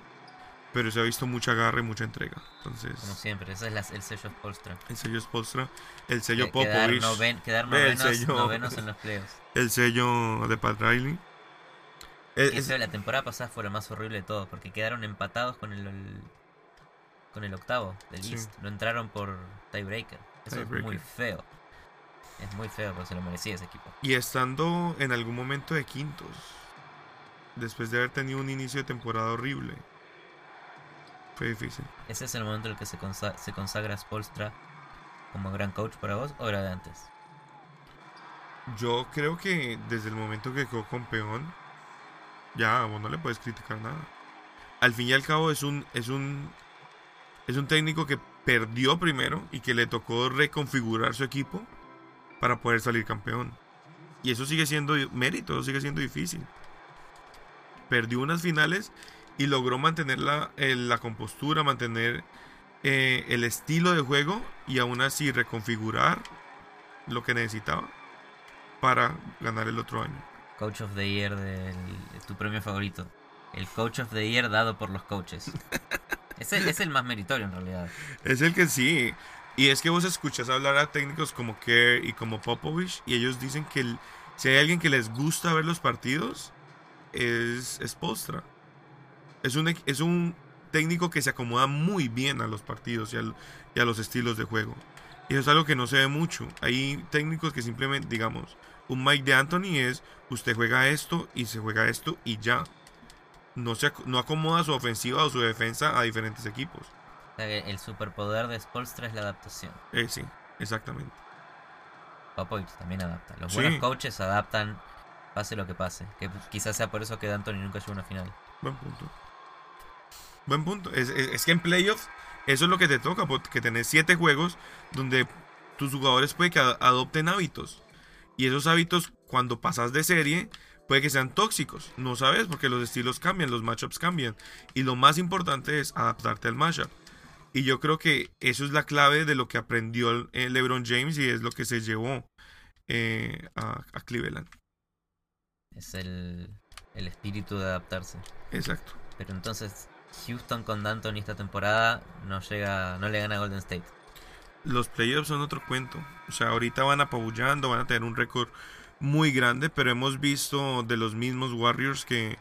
Speaker 1: Pero se ha visto mucha garra y mucha entrega. Entonces,
Speaker 2: Como siempre, ese es la- el sello Polstra.
Speaker 1: el sello Spolstra, el sello
Speaker 2: quedar
Speaker 1: Popovich,
Speaker 2: noven- quedar
Speaker 1: Ve el
Speaker 2: novenos,
Speaker 1: sello.
Speaker 2: novenos en los playoffs.
Speaker 1: el sello de Pat Riley. Eh,
Speaker 2: Que
Speaker 1: es-
Speaker 2: eso la temporada pasada fue lo más horrible de todo, porque quedaron empatados con el, el- con el octavo del
Speaker 1: Sí.
Speaker 2: East. No entraron por tiebreaker. Eso es muy
Speaker 1: Tiebreaker.
Speaker 2: feo. Es muy feo, pero se lo merecía ese equipo.
Speaker 1: Y estando en algún momento de quintos. Después de haber tenido un inicio de temporada horrible. Fue difícil.
Speaker 2: Ese es el momento en el que se, consa- se consagra Spolstra como gran coach para vos o era de antes.
Speaker 1: Yo creo que desde el momento que quedó campeón. Ya, vos no le puedes criticar nada. Al fin y al cabo es un. es un. es un técnico que perdió primero y que le tocó reconfigurar su equipo para poder salir campeón. Y eso sigue siendo mérito, eso sigue siendo difícil. Perdió unas finales y logró mantener la, eh, la compostura, mantener eh, el estilo de juego y aún así reconfigurar lo que necesitaba para ganar el otro año.
Speaker 2: Coach of the Year del, tu premio favorito. El Coach of the Year dado por los coaches. es, el, es el más meritorio en realidad.
Speaker 1: Es el que sí. Y es que vos escuchas hablar a técnicos como Kerr y como Popovich y ellos dicen que el- si hay alguien que les gusta ver los partidos es, es Postra. Es un, ex- es un técnico que se acomoda muy bien a los partidos y, al- y a los estilos de juego. Y eso es algo que no se ve mucho. Hay técnicos que simplemente, digamos, un Mike de Anthony es usted juega esto y se juega esto y ya. No, se, ac- no acomoda su ofensiva o su defensa a diferentes equipos.
Speaker 2: O sea, El superpoder de Spolstra es la adaptación.
Speaker 1: Eh, sí, exactamente.
Speaker 2: Popovich también adapta. Los
Speaker 1: Sí.
Speaker 2: buenos coaches adaptan, pase lo que pase. Que quizás sea por eso que D'Antoni nunca llegó a una final.
Speaker 1: Buen punto. Buen punto. Es, es- es que en playoffs eso es lo que te toca, porque tenés siete juegos donde tus jugadores puede que ad- adopten hábitos. Y esos hábitos, cuando pasas de serie, puede que sean tóxicos. No sabes, porque los estilos cambian, los matchups cambian. Y lo más importante es adaptarte al matchup. Y yo creo que eso es la clave de lo que aprendió el- eh, LeBron James y es lo que se llevó eh, a- a Cleveland.
Speaker 2: Es el, el espíritu de adaptarse.
Speaker 1: Exacto.
Speaker 2: Pero entonces, Houston con D'Antoni esta temporada no llega, no le gana a Golden State.
Speaker 1: los playoffs son otro cuento. O sea, ahorita van apabullando, van a tener un récord muy grande, pero hemos visto de los mismos Warriors que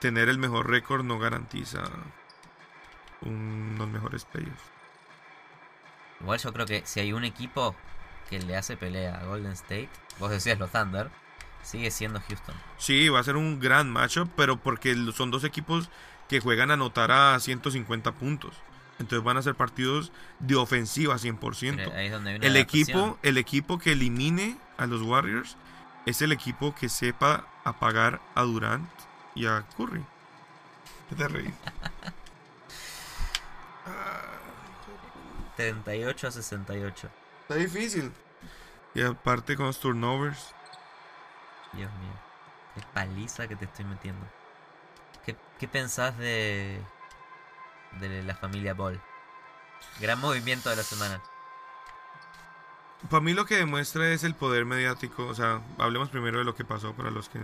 Speaker 1: tener el mejor récord no garantiza unos mejores playoffs.
Speaker 2: Igual yo creo que si hay un equipo que le hace pelea a Golden State, vos decías los Thunder, sigue siendo Houston.
Speaker 1: Sí, va a ser un gran matchup, pero porque son dos equipos que juegan a anotar a 150 puntos. Entonces van a ser partidos de ofensiva 100%.
Speaker 2: Pero ahí es donde viene
Speaker 1: El
Speaker 2: la adaptación.
Speaker 1: equipo, el equipo que elimine a los Warriors es el equipo que sepa apagar a Durant y a Curry. ¿Qué te reís?
Speaker 2: 78 a 68.
Speaker 1: Ah, Está difícil. Y aparte con los turnovers.
Speaker 2: Dios mío. Qué paliza que te estoy metiendo. ¿Qué, qué pensás de, de la familia Ball? Gran movimiento de la semana.
Speaker 1: Para mí lo que demuestra es el poder mediático. O sea, hablemos primero de lo que pasó para los que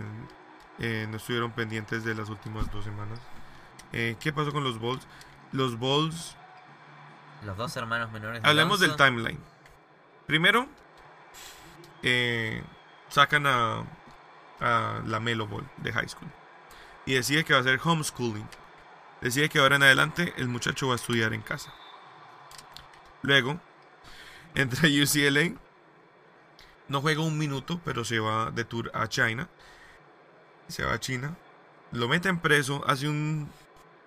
Speaker 1: eh, no estuvieron pendientes de las últimas dos semanas. Eh, ¿Qué pasó con los Bulls? Los Bulls
Speaker 2: Los dos hermanos menores de
Speaker 1: Hablemos del
Speaker 2: Alonso,
Speaker 1: timeline. Primero, eh, sacan a, a la Melo Ball de high school. Y decide que va a hacer homeschooling. Decide que ahora en adelante el muchacho va a estudiar en casa. Luego, entra a UCLA. No juega un minuto, pero se va de tour a China. Se va a China. Lo meten preso. Hace un,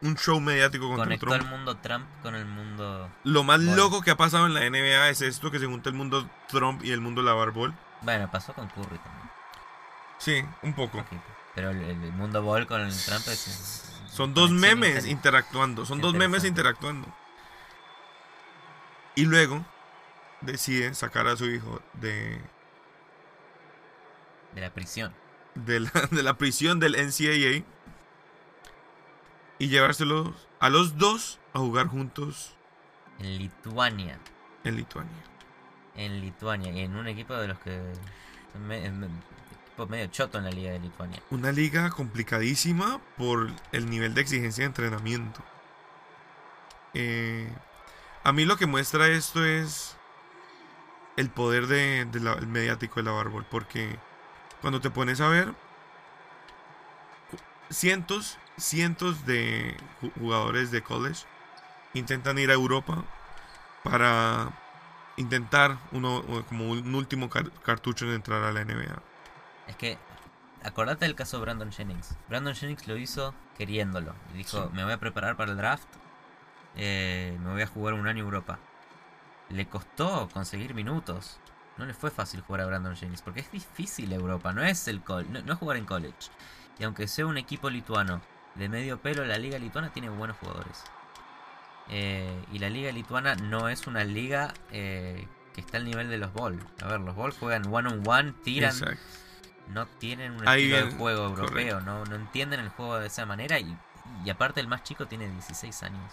Speaker 1: un show mediático contra
Speaker 2: Conectó
Speaker 1: Trump.
Speaker 2: el mundo Trump con el mundo...
Speaker 1: Lo más
Speaker 2: Bueno.
Speaker 1: loco que ha pasado en la NBA es esto que se junta el mundo Trump y el mundo Lavar Ball.
Speaker 2: Bueno, pasó con Curry también.
Speaker 1: Sí, un poco.
Speaker 2: Ok, Pero el, el mundo ball con el Trump es.
Speaker 1: Son dos
Speaker 2: conexión
Speaker 1: memes
Speaker 2: interi-
Speaker 1: interactuando. Son dos memes interactuando. Y luego decide sacar a su hijo de,
Speaker 2: De la prisión.
Speaker 1: de, la, de la prisión del NCAA y llevárselos a los dos a jugar juntos
Speaker 2: En Lituania.
Speaker 1: en Lituania.
Speaker 2: En Lituania. Y en un equipo de los que. son me- me- equipo medio choto en la Liga de Lituania.
Speaker 1: Una liga complicadísima por el nivel de exigencia de entrenamiento. Eh, a mí lo que muestra esto es el poder de, de la- el mediático de la Barbol. Porque cuando te pones a ver, cu- cientos, cientos de ju- jugadores de college intentan ir a Europa para intentar uno, como un último car- cartucho de entrar a la NBA.
Speaker 2: Es que. Acordate del caso Brandon Jennings. Brandon Jennings lo hizo queriéndolo. Y dijo:
Speaker 1: Sí.
Speaker 2: Me voy a preparar para el draft. eh, me voy a jugar un año en Europa. Le costó conseguir minutos. No le fue fácil jugar a Brandon Jennings. Porque es difícil Europa. No es el col no, no es jugar en college. Y aunque sea un equipo lituano de medio pelo, la liga lituana tiene buenos jugadores. Eh, y la liga lituana no es una liga eh, que está al nivel de los Ball. A ver, los Ball juegan one on one, tiran,
Speaker 1: Exacto.
Speaker 2: no tienen un
Speaker 1: Ahí
Speaker 2: estilo de
Speaker 1: viene,
Speaker 2: juego europeo,
Speaker 1: correcto.
Speaker 2: no, no entienden el juego de esa manera y, y aparte el más chico tiene 16 años.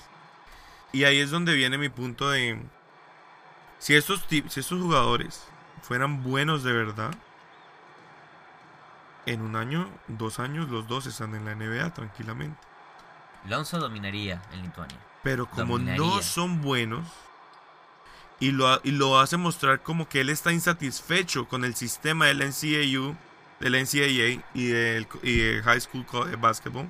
Speaker 1: Y ahí es donde viene mi punto de... Si estos, ti- si estos jugadores fueran buenos de verdad, en un año, dos años, los dos están en la NBA tranquilamente.
Speaker 2: Lonzo dominaría en Lituania.
Speaker 1: Pero como no
Speaker 2: Dominaría.
Speaker 1: son buenos, y lo, ha- y lo hace mostrar como que él está insatisfecho con el sistema del NCAU, del NCAA y del co- y de High School co- eh, Basketball.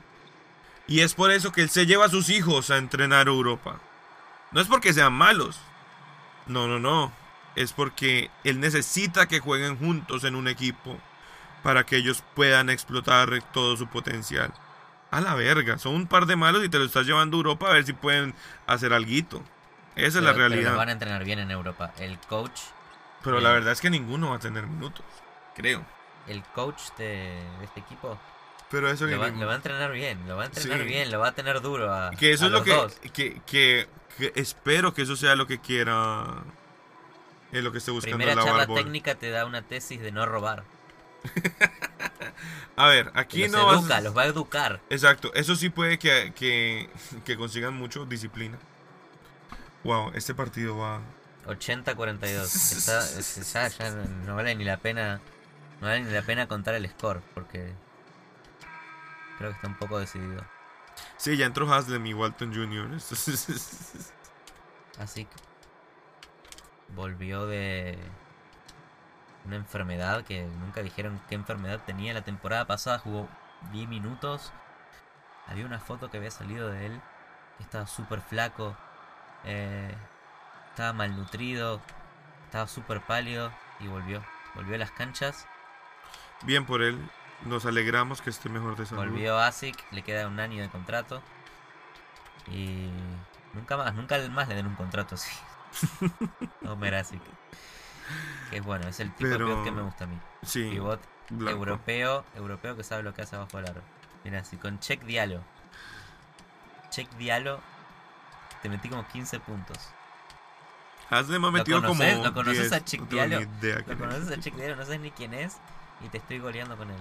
Speaker 1: Y es por eso que él se lleva a sus hijos a entrenar a Europa. No es porque sean malos. No, no, no. Es porque él necesita que jueguen juntos en un equipo para que ellos puedan explotar todo su potencial. A la verga, son un par de malos y te lo estás llevando a Europa a ver si pueden hacer alguito. Esa es la
Speaker 2: Pero- pero los
Speaker 1: realidad.
Speaker 2: van a entrenar bien en Europa. El coach,
Speaker 1: Pero la
Speaker 2: Eh,
Speaker 1: verdad es que ninguno va a tener minutos. Creo.
Speaker 2: el coach de, de este equipo
Speaker 1: Pero eso
Speaker 2: lo
Speaker 1: que
Speaker 2: va,
Speaker 1: digo,
Speaker 2: lo va a entrenar bien, lo va a entrenar
Speaker 1: Sí.
Speaker 2: bien, lo va a tener duro a,
Speaker 1: Que eso
Speaker 2: a
Speaker 1: es lo
Speaker 2: los
Speaker 1: que,
Speaker 2: dos.
Speaker 1: que, que- que espero que eso sea lo que quiera. Es lo que esté buscando
Speaker 2: Primera
Speaker 1: la
Speaker 2: charla
Speaker 1: Barbol.
Speaker 2: técnica te da una tesis de no robar.
Speaker 1: A ver,
Speaker 2: Y
Speaker 1: aquí
Speaker 2: los
Speaker 1: no vas a-
Speaker 2: educa, los va a educar.
Speaker 1: Exacto, eso sí puede que, que, que consigan mucho disciplina. Wow, este partido va.
Speaker 2: 80-42. Está, es- ya, ya no- no vale ni la pena. No vale ni la pena contar el score, porque creo que está un poco decidido.
Speaker 1: Sí, ya entró Haslem y Walton Jr. Entonces,
Speaker 2: Así que volvió de una enfermedad que nunca dijeron qué enfermedad tenía. La temporada pasada jugó 10 minutos. Había una foto que había salido de él. Que estaba súper flaco. eh, estaba malnutrido. Estaba súper pálido. Y volvió. Volvió a las canchas.
Speaker 1: Bien por él, nos alegramos que esté mejor de salud.
Speaker 2: Volvió Asic, le queda un año de contrato. Y nunca más, nunca más le den un contrato así. Homer Asic. Que es bueno, es el tipo
Speaker 1: Pero-
Speaker 2: de pivot que me gusta a mí.
Speaker 1: Sí,
Speaker 2: Pivot
Speaker 1: blanco.
Speaker 2: europeo, europeo que sabe lo que hace abajo del aro. Mira, así con check dialo. Check dialo. Te metí como 15 puntos.
Speaker 1: Haslem ha metido
Speaker 2: conoces?
Speaker 1: como.
Speaker 2: ¿Lo conoces
Speaker 1: 10,
Speaker 2: a Chick
Speaker 1: no tengo ni
Speaker 2: Diallo?
Speaker 1: idea
Speaker 2: Lo
Speaker 1: quién es.
Speaker 2: conoces a check dialo, no sabes ni quién es. Y te estoy goleando con él.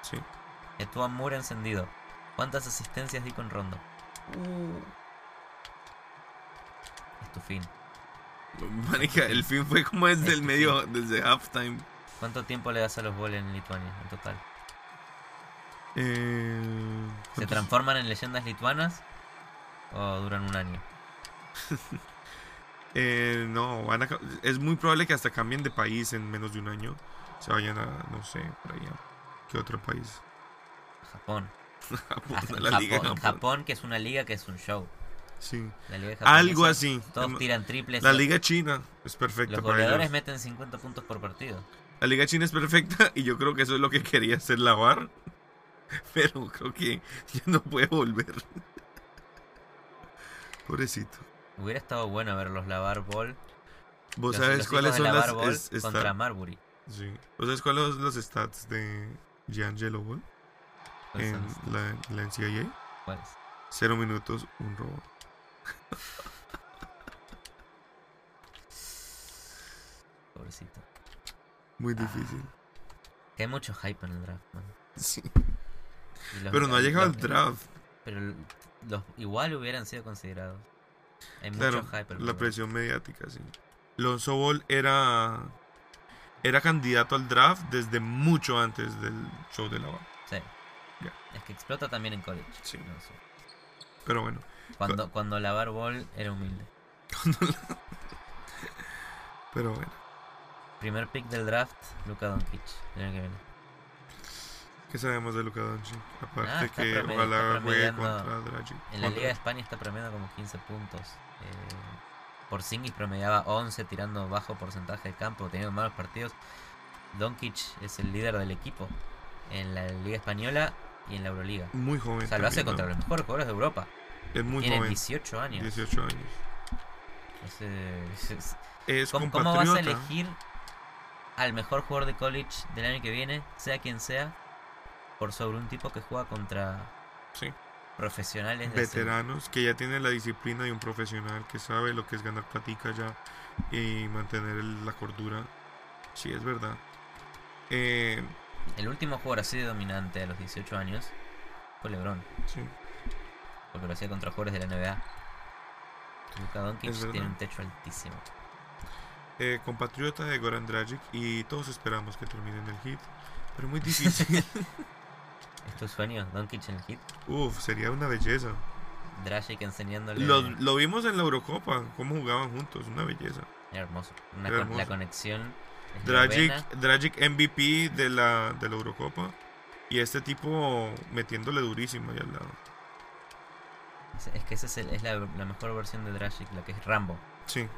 Speaker 1: Sí.
Speaker 2: Estuvo Moore encendido. ¿Cuántas asistencias di con Rondo? Uh. Es tu fin.
Speaker 1: Marica, el fin fue como desde el
Speaker 2: Este
Speaker 1: medio, desde halftime.
Speaker 2: ¿Cuánto tiempo le das a los goles en Lituania en total?
Speaker 1: Eh,
Speaker 2: ¿Se
Speaker 1: ¿cuántos?
Speaker 2: transforman en leyendas lituanas o duran un año?
Speaker 1: Eh, no, van a ca- es muy probable que hasta cambien de país en menos de un año. Se vayan a, no sé, por allá. ¿Qué otro país?
Speaker 2: Japón.
Speaker 1: Japón,
Speaker 2: Ah,
Speaker 1: a
Speaker 2: Japón,
Speaker 1: la Liga de Japón.
Speaker 2: Japón, que es una liga que es un show.
Speaker 1: Sí.
Speaker 2: La liga japonesa,
Speaker 1: Algo así. Em,
Speaker 2: Todos tiran triples.
Speaker 1: La
Speaker 2: los-
Speaker 1: Liga China es perfecta
Speaker 2: los
Speaker 1: para
Speaker 2: goleadores
Speaker 1: ellos.
Speaker 2: meten 50 puntos por partido.
Speaker 1: La Liga China es perfecta y yo creo que eso es lo que quería hacer la VAR. Pero creo que ya no puede volver. Pobrecito.
Speaker 2: Hubiera estado bueno verlos lavar bol.
Speaker 1: ¿Vos
Speaker 2: los-
Speaker 1: sabes
Speaker 2: los hijos
Speaker 1: cuáles
Speaker 2: de
Speaker 1: son
Speaker 2: lavar
Speaker 1: las
Speaker 2: bol
Speaker 1: es- esta-
Speaker 2: contra Marbury.
Speaker 1: Sí. ¿Vos sabes cuáles son los stats de, Giangelo Ball
Speaker 2: ¿Cuáles
Speaker 1: en
Speaker 2: son los
Speaker 1: la, en la NCAA.
Speaker 2: ¿Cuáles?
Speaker 1: Cero minutos, un robo.
Speaker 2: Pobrecito.
Speaker 1: Muy
Speaker 2: Ah.
Speaker 1: difícil.
Speaker 2: Que hay mucho hype en el draft, man.
Speaker 1: Sí.
Speaker 2: Y los-
Speaker 1: Pero no ha llegado
Speaker 2: los-
Speaker 1: el draft.
Speaker 2: Pero los, igual hubieran sido considerados. Hay
Speaker 1: Claro,
Speaker 2: mucho hype. pero
Speaker 1: la
Speaker 2: bueno.
Speaker 1: presión mediática, sí. Lonzo Ball era, era candidato al draft desde mucho antes del show de la barra.
Speaker 2: Sí.
Speaker 1: Ya.
Speaker 2: Es que explota también en college.
Speaker 1: Sí.
Speaker 2: No sé.
Speaker 1: Pero bueno,
Speaker 2: Cuando, cuando lavar ball era humilde.
Speaker 1: pero bueno.
Speaker 2: Primer pick del draft, Luka Doncic. el año que viene.
Speaker 1: ¿Qué sabemos de Luka Doncic? Aparte
Speaker 2: Ah, está
Speaker 1: que
Speaker 2: promedio-
Speaker 1: ojalá
Speaker 2: está
Speaker 1: juegue
Speaker 2: promediando
Speaker 1: contra Dragic.
Speaker 2: En la
Speaker 1: Contra-
Speaker 2: Liga de España está promediando como 15 puntos. Eh, Porzingis promediaba 11 tirando bajo porcentaje de campo, teniendo malos partidos. Doncic es el líder del equipo en la Liga Española y en la Euroliga.
Speaker 1: Muy joven.
Speaker 2: O sea, lo hace
Speaker 1: también,
Speaker 2: contra
Speaker 1: ¿no?
Speaker 2: los mejores jugadores de Europa.
Speaker 1: Es muy
Speaker 2: Tiene
Speaker 1: joven.
Speaker 2: 18 años.
Speaker 1: 18 años.
Speaker 2: Es, eh, es- es-
Speaker 1: Es
Speaker 2: ¿Cómo, cómo vas a
Speaker 1: compatriota.
Speaker 2: elegir al mejor jugador de college del año que viene, sea quien sea, por sobre un tipo que juega contra
Speaker 1: Sí.
Speaker 2: profesionales de hace-
Speaker 1: veteranos que ya tienen la disciplina de un profesional que sabe lo que es ganar platica ya y mantener el- la cordura. Sí, es verdad. Eh,
Speaker 2: El último jugador así de dominante a los 18 años fue LeBron,
Speaker 1: sí,
Speaker 2: porque lo hacía contra jugadores de la NBA. Luka
Speaker 1: Es
Speaker 2: Doncic
Speaker 1: verdad.
Speaker 2: tiene un techo altísimo.
Speaker 1: eh, compatriota de Goran Dragic y todos esperamos que termine en el hit, pero muy difícil.
Speaker 2: ¿Es tu sueño, Doncic en el hit?
Speaker 1: Uf, sería una belleza.
Speaker 2: Dragic enseñándole...
Speaker 1: Lo, lo vimos en la Eurocopa, cómo jugaban juntos, una belleza.
Speaker 2: Era hermoso. Una
Speaker 1: Era
Speaker 2: con- La
Speaker 1: hermoso.
Speaker 2: conexión...
Speaker 1: Dragic,
Speaker 2: eslovena.
Speaker 1: Dragic MVP de la, de la Eurocopa y este tipo metiéndole durísimo ahí al lado.
Speaker 2: Es- Es que esa es, el- es la, la mejor versión de Dragic, la que es Rambo.
Speaker 1: Sí,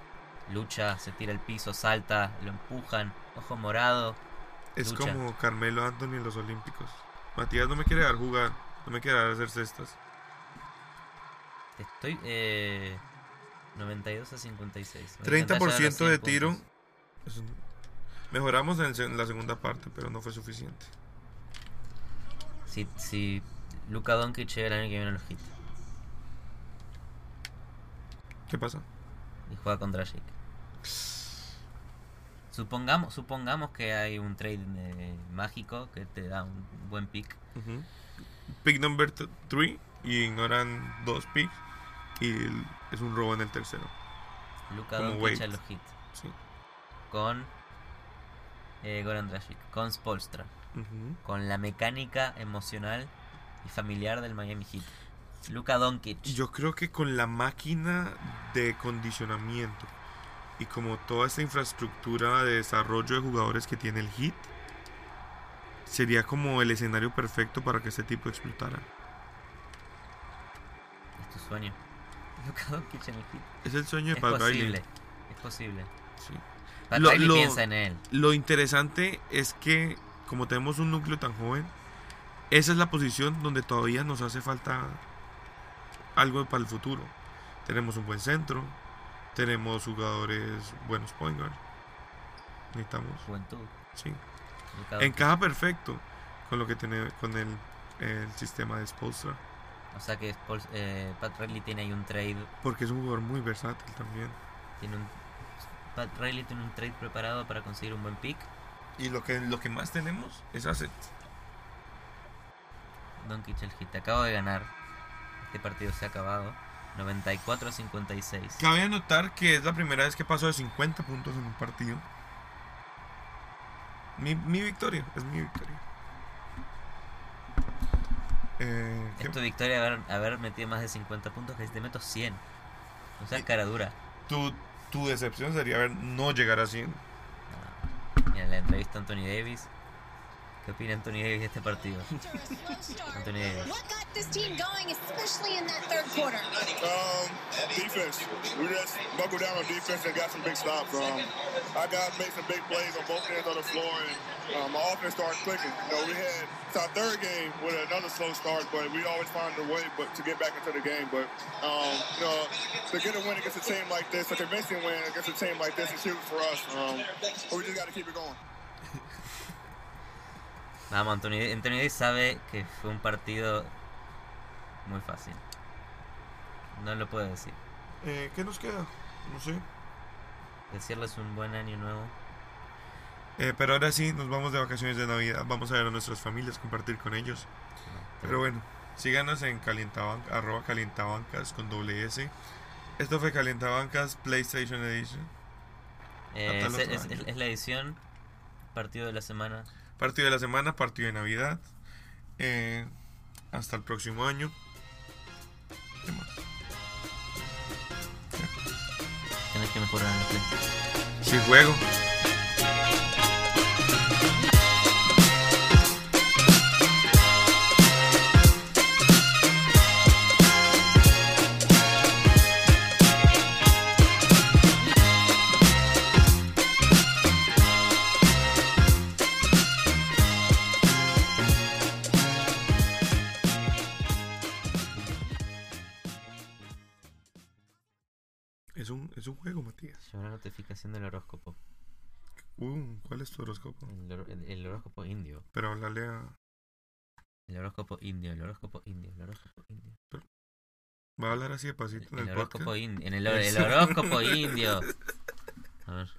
Speaker 2: Lucha, se tira al piso, salta, lo empujan, ojo morado.
Speaker 1: Es
Speaker 2: Lucha.
Speaker 1: como Carmelo Anthony en los Olímpicos. Matías no me quiere dar jugar, no me quiere dar hacer cestas.
Speaker 2: Estoy eh, 92 a 56. Me encanta llegar a los
Speaker 1: 30%
Speaker 2: 100
Speaker 1: de tiro.
Speaker 2: puntos.
Speaker 1: Es un- Mejoramos en, el se- en la segunda parte, pero no fue suficiente.
Speaker 2: Si, si Luka Doncic llega el año que viene a los hits
Speaker 1: ¿Qué pasa?
Speaker 2: y juega contra Jake. Supongamos, supongamos que hay un trade eh, mágico que te da un buen pick.
Speaker 1: Ujú. Pick number 3 y ignoran dos picks y el- es un robo en el tercero.
Speaker 2: Luka
Speaker 1: Como
Speaker 2: Doncic
Speaker 1: Wade.
Speaker 2: a los hits
Speaker 1: Sí.
Speaker 2: con eh, Goran Dragic, con Spolstra.
Speaker 1: Ujú.
Speaker 2: con la mecánica emocional y familiar del Miami Heat. Luka Doncic.
Speaker 1: Yo creo que con la máquina de condicionamiento y como toda esta infraestructura de desarrollo de jugadores que tiene el Hit, sería como el escenario perfecto para que este tipo explotara.
Speaker 2: Es tu sueño. Luka Doncic en el Heat.
Speaker 1: Es el sueño de
Speaker 2: Es
Speaker 1: Pat Riley.
Speaker 2: posible. Es posible.
Speaker 1: Sí.
Speaker 2: Pat
Speaker 1: Lo-
Speaker 2: Riley
Speaker 1: lo-
Speaker 2: piensa en él.
Speaker 1: Lo interesante es que como tenemos un núcleo tan joven, esa es la posición donde todavía nos hace falta algo para el futuro. Tenemos un buen centro, tenemos jugadores buenos point guard. Necesitamos,
Speaker 2: Juventud.
Speaker 1: sí.
Speaker 2: Luka Doncic.
Speaker 1: Encaja perfecto con lo que tiene con el, el sistema de Spolstra,
Speaker 2: O sea que Paul- eh, Pat Riley tiene ahí un trade.
Speaker 1: porque es un jugador muy versátil también.
Speaker 2: Tiene un, Pat Riley tiene un trade preparado para conseguir un buen pick.
Speaker 1: Y lo que lo que más tenemos es assets.
Speaker 2: Doncic el Heat. Acabo de ganar. Este partido se ha acabado. 94 a 56.
Speaker 1: Cabe anotar que es la primera vez que paso de 50 puntos en un partido. Mi, mi victoria, es mi victoria. Eh, ¿qué-
Speaker 2: Es tu victoria haber, haber metido más de 50 puntos, que si te meto 100. O sea,
Speaker 1: Y-
Speaker 2: cara dura.
Speaker 1: tu, tu decepción sería ver no llegar a 100.
Speaker 2: No. Ah, Mira, la entrevista a Anthony Davis. ¿Qué opina Anthony Davis de este partido?
Speaker 3: Anthony
Speaker 2: Anthony Davis.
Speaker 3: What got this team going, especially in that third quarter?
Speaker 4: Um, defense. We just buckled down on defense and got some big stops. Um, our guys made some big plays on both ends of the floor, and um, my offense started clicking. You know, we had it's our third game with another slow start, but we always find a way but to get back into the game. But um, you know, to get a win against a team like this, a convincing win against a team like this, is huge for us. Um, but we just got to keep it going.
Speaker 2: Vamos, Anthony, Davis- Anthony Davis sabe que fue un partido muy fácil. No lo puedo decir.
Speaker 1: Eh, ¿Qué nos queda? No sé.
Speaker 2: Decirles un buen año nuevo.
Speaker 1: Eh, pero ahora sí, nos vamos de vacaciones de Navidad. Vamos a ver a nuestras familias, compartir con ellos. Pero bueno, síganos en calientabancas, arroba calientabancas con doble S. Esto fue Calientabancas PlayStation Edition.
Speaker 2: Eh,
Speaker 1: hasta el
Speaker 2: es,
Speaker 1: otro
Speaker 2: es-
Speaker 1: año.
Speaker 2: es la edición partido de la semana.
Speaker 1: Partido de la semana, partido de Navidad. Eh, hasta el próximo año. ¿Qué más?
Speaker 2: Tenés que mejorar en el play.
Speaker 1: Sin juego. Es un, es un juego, Matías.
Speaker 2: Llegó la notificación del horóscopo.
Speaker 1: Uh, ¿cuál es tu horóscopo?
Speaker 2: El, hor- el- el horóscopo indio.
Speaker 1: Pero háblale a...
Speaker 2: El horóscopo indio, el horóscopo indio, el horóscopo indio.
Speaker 1: Va a hablar así de pasito en
Speaker 2: El
Speaker 1: el,
Speaker 2: horóscopo
Speaker 1: podcast.
Speaker 2: indio. En el, hor- el horóscopo indio. A ver.